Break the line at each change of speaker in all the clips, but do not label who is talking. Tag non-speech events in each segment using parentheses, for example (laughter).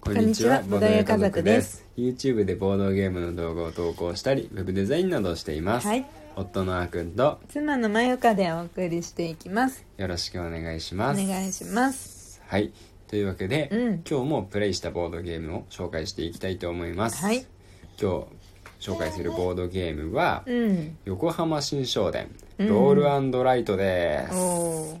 こ
んにちはボドゲ家族です
YouTube でボードゲームの動画を投稿したりウェブデザインなどをしています、
はい
夫のあーくんと
妻のまゆかでお送りしていきます
よろしくお願いし
お
ます
願いします
はいというわけで、
うん
今日もプレイしたボードゲームを紹介していきたいと思います、
はい
今日紹介するボードゲームは、
うん
横浜新商店
うん
ロールライトです、
おー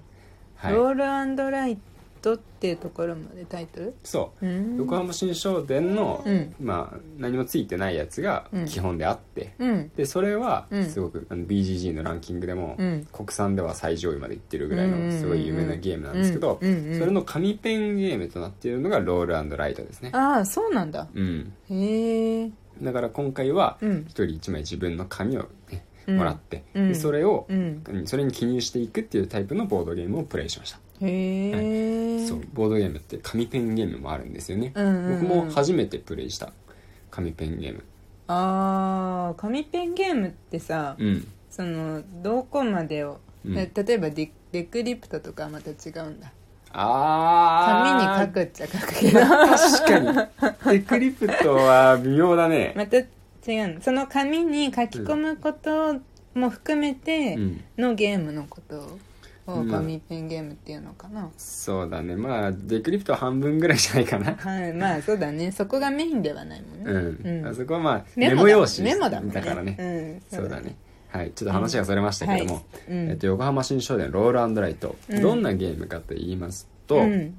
はい、
ロールライトっていうところまでタイトル
そう、
うん
横浜新商店の、
うん
まあ、何もついてないやつが
うん
基本であって、
うん
でそれは
うん
すごく、あの BGG のランキングでも、
うん
国産では最上位までいってるぐらい
うんうんうんう
の
ん
すごい有名なゲームなんですけど、
うんうんうん
それの紙ペンゲームとなっているのがロールライトですね
ああそうなんだ
うん
へえ
だから今回は
うん
一人一枚自分の紙をね、
うん
もらって、
うん
でそれを、
うん
それに記入していくっていうタイプのボードゲームをプレイしました
へえ
そうボードゲームって紙ペンゲームもあるんですよね、
うんうんう
僕
ん
も初めてプレイした紙ペンゲーム
ああ紙ペンゲームってさ
うん
そのどこまでを
うん
え例えばディデクリプトとかはまた違うんだ紙に
ああ
書くっちゃ書くけど
確か
(laughs)
にデクリプトは微妙だね、
また違うのその紙に書き込むことも含めて
うん、
のゲームのことを
うん
紙ペンゲームっていうのかな、
そうだねまあデクリプト半分ぐらいじゃないかな
はいまあそうだねそこがメインではないもんね、
うん、
うん
あそこはまあ
メ
メ
モだ
モ用紙
メモだもんね
からね、
うん
そうだねはいちょっと話がそれました
は
け
い
ども、
うん
えっと、横浜新商店ロールライト、
うん
どんなゲームかと言いますと、
うん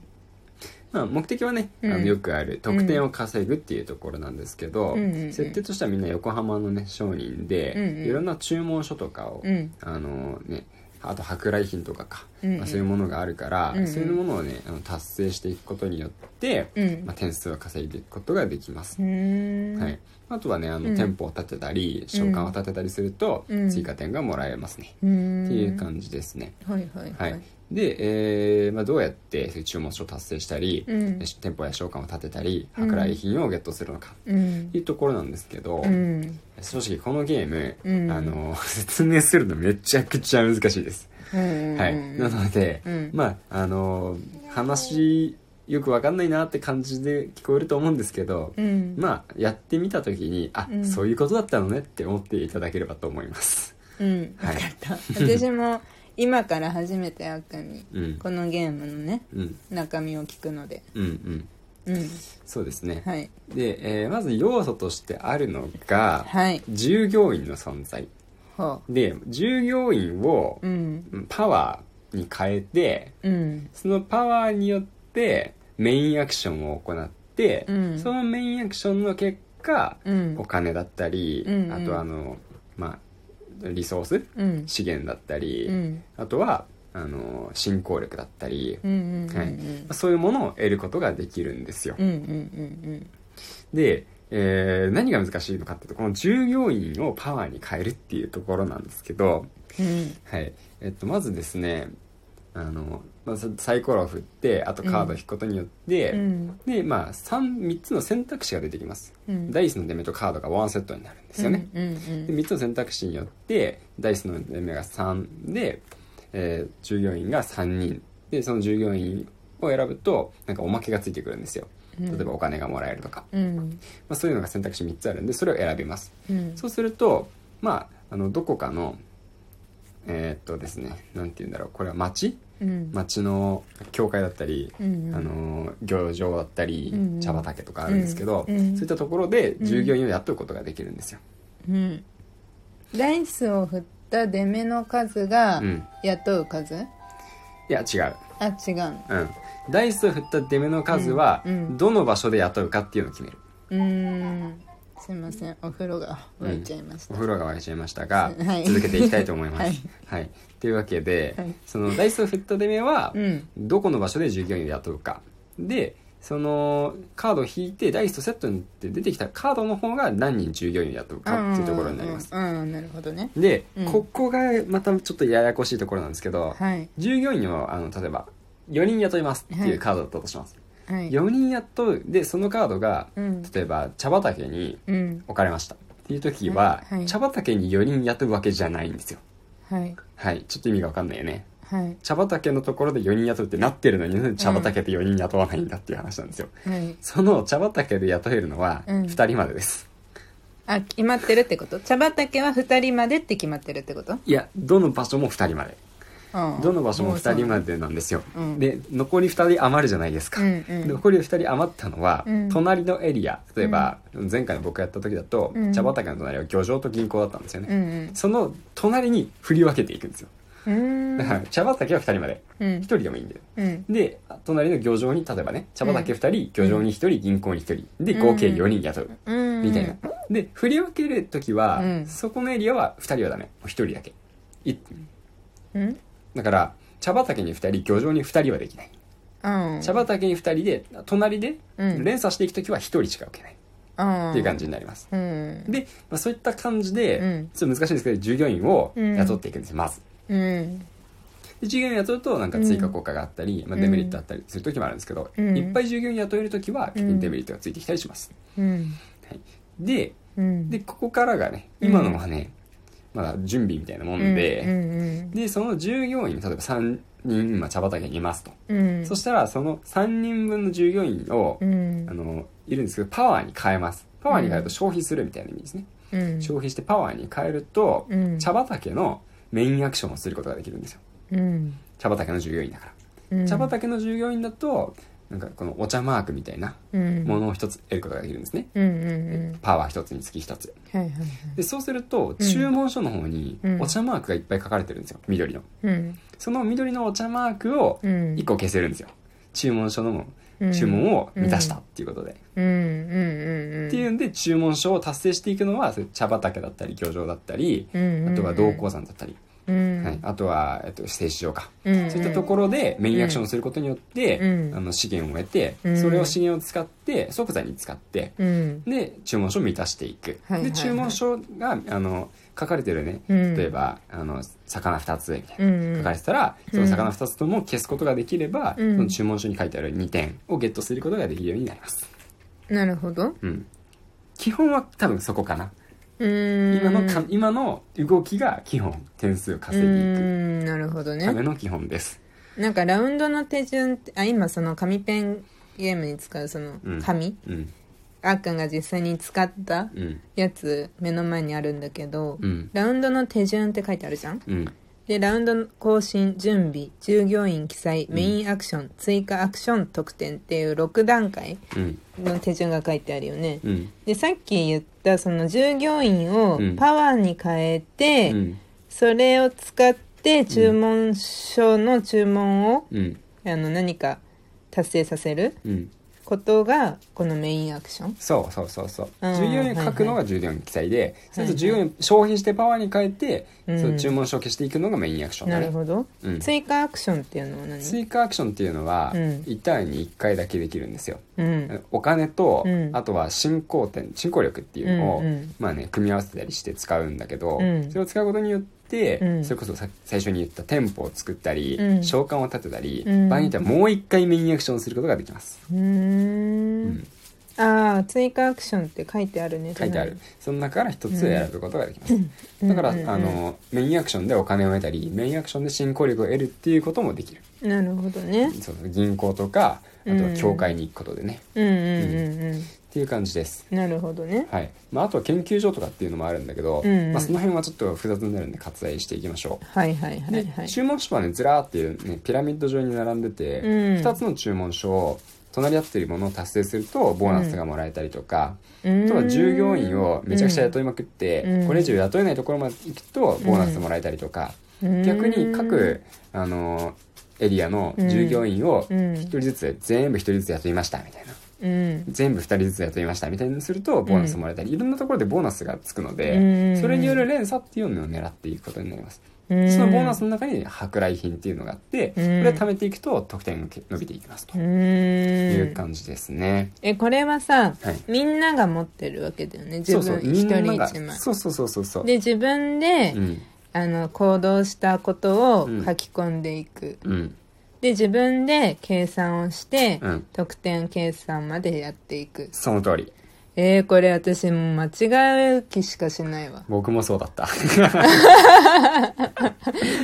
まあ、目的はね、
うん
あのよくある得点を稼ぐっていうところなんですけど、
うんうんうん
設定としてはみんな横浜のね商人で、
うんうん
いろんな注文書とかを、
うん
あのねあと舶来品とかか、
うんうん
まあ、そういうものがあるから、
うんうん
そういうものをねあの達成していくことによって、
うん
まあ、点数を稼いでいくことができます
う、ーん
はい、あとはねあの、
うん
店舗を建てたり召喚を建てたりすると、
うん
追加点がもらえますね、
うーん
っていう感じですね、
はいはいは、
はいい、で、えーまあ、どうやってそういう注文書を達成したり、
うん
店舗や商館を建てたり
うん
舶来品をゲットするのか
うん
っていうところなんですけど、
うん
正直このゲーム、
うん
あの (laughs) 説明するのめちゃくちゃ難しいです、
うん
はい、
うん
なので、
うん
まああの話よくわかんないなって感じで聞こえると思うんですけど、
うん
まあやってみた時にあ、
うん
そういうことだったのねって思っていただければと思います
うん
はい
分かった、 (laughs) 私も今から初めてあっくんに
うん
このゲームのね
うん
中身を聞くので
うんうん
うん
そうですね、
はい
で、えーまず要素としてあるのが、
はい
従業員の存在
ほ
で従業員を
ううん
パワーに変えて
うん
そのパワーによってメインアクションを行って、
うん
そのメインアクションの結果、
うん
お金だったり、
うんうん
あとあのまあリソース
うん
資源だったり、
うん
あとはあの進行力だったり、
うんうんうんうん
はいそういうものを得ることができるんですよ、
うんうん
で、えー何が難しいのかっていうとこの従業員をパワーに変えるっていうところなんですけど、
うんうん
はいえっと、まずですねあの、まあ、さサイコロを振ってあとカードを引くことによって、
うん
でまあ 3, 3つの選択肢が出てきます、
うん
ダイスの出目とカードがワンセットになるんですよね、
うんうん
で3つの選択肢によってダイスの出目が3で、えー従業員が3人でその従業員を選ぶとなんかおまけがついてくるんですよ
う
例
ん
えばお金がもらえるとか、
うん
まあ、そういうのが選択肢3つあるんでそれを選びます
うん
そうするとまああのどこかのえーっとですねなんて言うんだろうこれは町
うん
町の教会だったり、
うんうん
あの行場だったり、
うんうん
茶畑とかあるんですけど、
うんうん
そういったところで従業員を雇うことができるんですよ、
うんダイスを振った出目の数が
うん
雇う数
いや違う
あ違うの
うんダイスを振った出目の数は、
うんうん
どの場所で雇うかっていうのを決める
うーんすいませんお風呂が沸いちゃいまし
お
た、
風呂が沸いちゃいましたが、
はい
続けていきたいと思います
(laughs) は
はいい、というわけで、
はい
そのダイスを振った出目は、
うん
どこの場所で従業員を雇うかでそのカードを引いてダイスとセットにって出てきたカードの方が何人従業員を雇うかっていうところになります、
うんうんうんうんなるほどね
で、
うん
ここがまたちょっとややこしいところなんですけど、
はい
従業員をあの例えば4人雇いますって
はいいう
カードだったとします、
はい
4人雇うでそのカードが、
うん
例えば茶畑に
うん
置かれましたっていう時は、
はい
茶畑に4人雇うわけじゃないんですよ
はい
はいちょっと意味が分かんないよね
はい
茶畑のところで4人雇うってなってるのになんで茶畑で4人雇わないんだっていう話なんですよ、
はい
その茶畑で雇えるのは
うん
2人までです、
あ決まってるってこと茶畑は2人までって決まってるってこと
いやどの場所も2人まで
うん
どの場所も2人
もう
までなんですよ、
うん
で残り2人余るじゃないですか、
そううんうん
残り2人余ったのは、
うん
隣のエリア例えば、前回の僕がやった時だと、
うん
茶畑の隣は漁場と銀行だったんですよね、
うん
その隣に振り分けていくんですよ
うんう
だ
ー
から茶畑は2人まで
んうん
1人でもいいんだよ
うん
で隣の漁場に例えばね茶畑2人、漁場に1人銀行に1人で
うん
合計4人雇う、
うん
みたいなで振り分ける時は、
うん
そこのエリアは2人はダメ1人だけい
うん
だから茶畑に2人漁場に2人はできない
うん
茶畑に2人で隣で
うん
連鎖していく時は1人しか受けない
うん
っていう感じになります、
うん
で、まあ、そういった感じで、
うん
ちょっと難しいんですけど従業員を雇っていくんですよまず
うん
で従業員雇うとなんか追加効果があったり、まあ、デメリットあったりする時もあるんですけど、
うん
いっぱい従業員雇える時はデメリットがついてきたりします、
うん
で
うん
でここからがね今のはね、まだ準備みたいなもんで、
うん
でその従業員例えば3人今茶畑にいますと、
うんうん
そしたらその3人分の従業員を、
うん
あのいるんですけどパワーに変えますパワーに変えると消費するみたいな意味ですね、
うん
消費してパワーに変えると、
うん
茶畑のメインアクションをすることができるんですよ
うん
茶畑の従業員だから
うん
茶畑の従業員だとなんかこのお茶マークみたいな
うん
ものを一つ得ることができるんですね、
うんうん
パワー一つにつき一つ
うんはいはいはい
でそうすると
うん
注文書の方に
うん
お茶マークがいっぱい書かれてるんですよ緑の
うん
その緑のお茶マークを
うん
1個消せるんですよ注文書の
うん
注文を満たしたっていうことで、
うんうんうんうん
っていうんで注文書を達成していくのはそういう茶畑だったり漁場だったり
うんうんうん
あとは同鉱山だったり、
うん
はい、あとは、えっと、製糸場か
うんうん
そういったところでメインアクションをすることによって、
うん
あの資源を得て、
うん
それを資源を使って即座に使って
うん
で注文書を満たしていく、
はいはいは
で
い
注文書があの書かれてるね
うん
例えば、あの魚2つみたい
うんう
なん書かれてたら、
うん
その魚2つとも消すことができれば、
うん
その注文書に書いてある2点をゲットすることができるようになります、
なるほど
うん、基本は多分そこかな
うーん
今のか今の動きが基本点数を稼
う
いでいく
ーんなるほど
ため
ね
の基本です、
なんかラウンドの手順ってあ今その紙ペンゲームに使うその
うん
紙、
うん
あっくんが実際に使った
うん
やつ目の前にあるんだけど、
うん
ラウンドの手順って書いてあるじゃん
うん
でラウンドの更新準備従業員記載メインアクション、追加アクション特典っていう6段階
うん
の手順が書いてあるよね、
うん
でさっき言ったその従業員を
うん
パワーに変えて、
うん
それを使って注文書の注文を、
うん
あの何か達成させる
うん
ことがこのメインアクション
そうそうそうそう
うん
従業員を書くのが従業員記載で、それと従業
は
員を商品してパワーに変えて、
うん
その注文書を消していくのがメインアクションだ
な
ね
るほど、
うん
追加アクションっていうのは何
追加アクションっていうのは、
うん
一1単位に1回だけできるんですよ
うん
お金と、
うん
あとは進行点進行力っていうのを、
うんうん
まあね、組み合わせたりして使うんだけど、
うん
それを使うことによって、
うん
それこそさ最初に言った店舗を作ったり、
うん
召喚を立てたり、
うん
場合によってはもう一回メインアクションをすることができます、
うーんああ追加アクションって書いてあるね
書いてあるその中から一つ選ぶことができます、
うん
だから、
うんうんうん
あのメインアクションでお金を得たりメインアクションで進行力を得るっていうこともできる
なるほどね
そうそう銀行とかあとは教会に行くことでね、
うんうんうんう
っていう感じです
んなるほどね
はいまあ、あとは研究所とかっていうのもあるんだけど、
うんうん
まあ、その辺はちょっと複雑になるんで割愛していきましょう
はいはいは
で、
いはい
注文書はねずらーっていう、ね、ピラミッド状に並んでて、
うん
2つの注文書を隣り合ってるものを達成するとボーナスがもらえたりとか、あとは従業員をめちゃくちゃ雇いまくって、
うん
これ以上雇えないところまで行くとボーナスもらえたりとか、逆に各あのエリアの従業員を
うん
1人ずつ全部1人ずつ雇いましたみたいな。
うん
全部2人ずつ雇いましたみたいにするとボーナスもらえたり、いろんなところでボーナスがつくので、
うん
それによる連鎖っていうのを狙っていくことになります、
うん
そのボーナスの中に舶来品っていうのがあって、これを貯めていくと得点が伸びていきますと
う
い
ー
うん感じですね、
えこれはさ
はい
みんなが持ってるわけだよね自分
み
一
ん
人
なが
一枚
そうそうそうそうそう
で自分で
うん
あの行動したことを
うん
書き込んでいく
うん
で自分で計算をして
うん
得点計算までやっていく
その通り
えー、これ私もう間違う気しかしな
(laughs)
いわ。
僕もそうだった。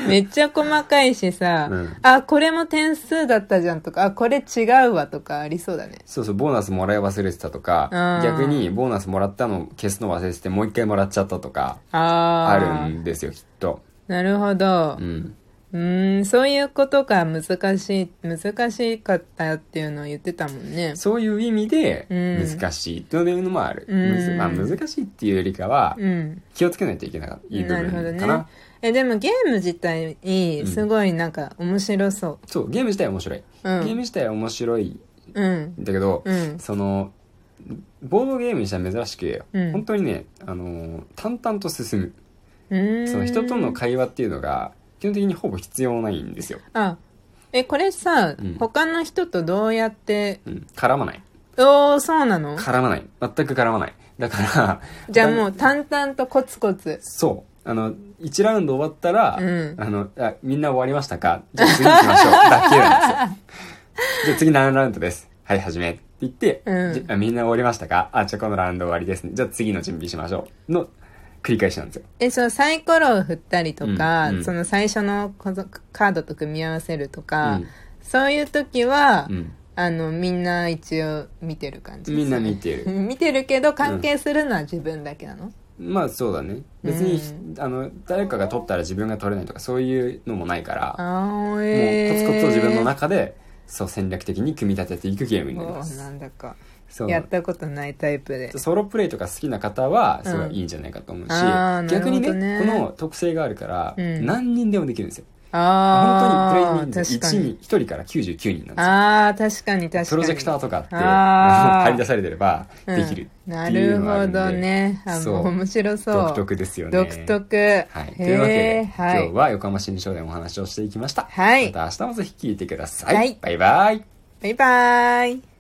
めっちゃ細かいしさ、
うん
あ、これも点数だったじゃんとか、あ、これ違うわとかありそうだね。
そうそう、ボーナスもらい忘れてたとか
うん、
逆にボーナスもらったの消すの忘れててもう一回もらっちゃったとか、
あ
あ
ー。
るんですよ、きっと。
なるほど。
うん。
うーん、そういうことが難しい、難しかったっていうのを言ってたもんね。
そういう意味で、
うん
難しいというのもある。
うん
むずまあ、難しいっていうよりかは、
うん。
気をつけないといけないいい部
なるほど
分か
ね
な。。
え、でもゲーム自体、
うん
すごいなんか面白そう。
そう、ゲーム自体は面白い。
う
ゲーム
ん。
自体は面白い
うん。
んだけど、
うん。
その、ボードゲームにしては珍しく、
うん
本当にね、あのー淡々と進む。
うーん。
その人との会話っていうのが、基本的にほぼ必要ないんですよ。
あ、え、これさ、
うん
他の人とどうやって、
うん。絡まない。
おー、そうなの
絡まない。全く絡まない。だから、
じゃあもう淡々とコツコツ。
そう。あの、1ラウンド終わったら、
うん
あのあ、みんな終わりましたかじゃあ次行きま
(laughs)
しょう。だけなんですよ。じゃあ次何ラウンドです。はい、始め。って言って、
うん
じゃあみんな終わりましたかあ、じゃあこのラウンド終わりですね。じゃあ次の準備しましょう。の繰り返しなんですよ。
え、そのサイコロを振ったりとか、
うんうん
その最初のこぞカードと組み合わせるとか、
うん
そういう時は、
うん。
あの、みんな一応見てる感じ
みんな見てる。
(laughs) 見てるけど、関係するのは自分だけなの、
まあそうだね。別に、あの、誰かが取ったら自分が取れないとかそういうのもないから、
あー、え
もう
ー、
コツコツと自分の中で、そう戦略的に組み立てていくゲームになりま
おー
す
な。んだか。
そう
やったことないタイプで。
ソロプレイとか好きな方はすごいいいんじゃないかと思うし、
うんあー
逆にね
なるほど
こ
ね
の特性があるから、
うん
何人でもできるんですよ
あ
本当にプレイ
ー。
人数
確かに。
1人1人から99人なんですよ
あー、確かに確かに。
プロジェクターとかあって
あー
あの (laughs) 張り出されてればできるって
うんないる
うのがあ
ほ
んで
どね。あ
そう
もう面白そう。
独特ですよね
独特
はい、と
へー
いうわけで、
はい、
今日は横浜新商店お話をしていきました、
はい
また明日もぜひ聞いてください、
はい
バイバイ
バイバーイ。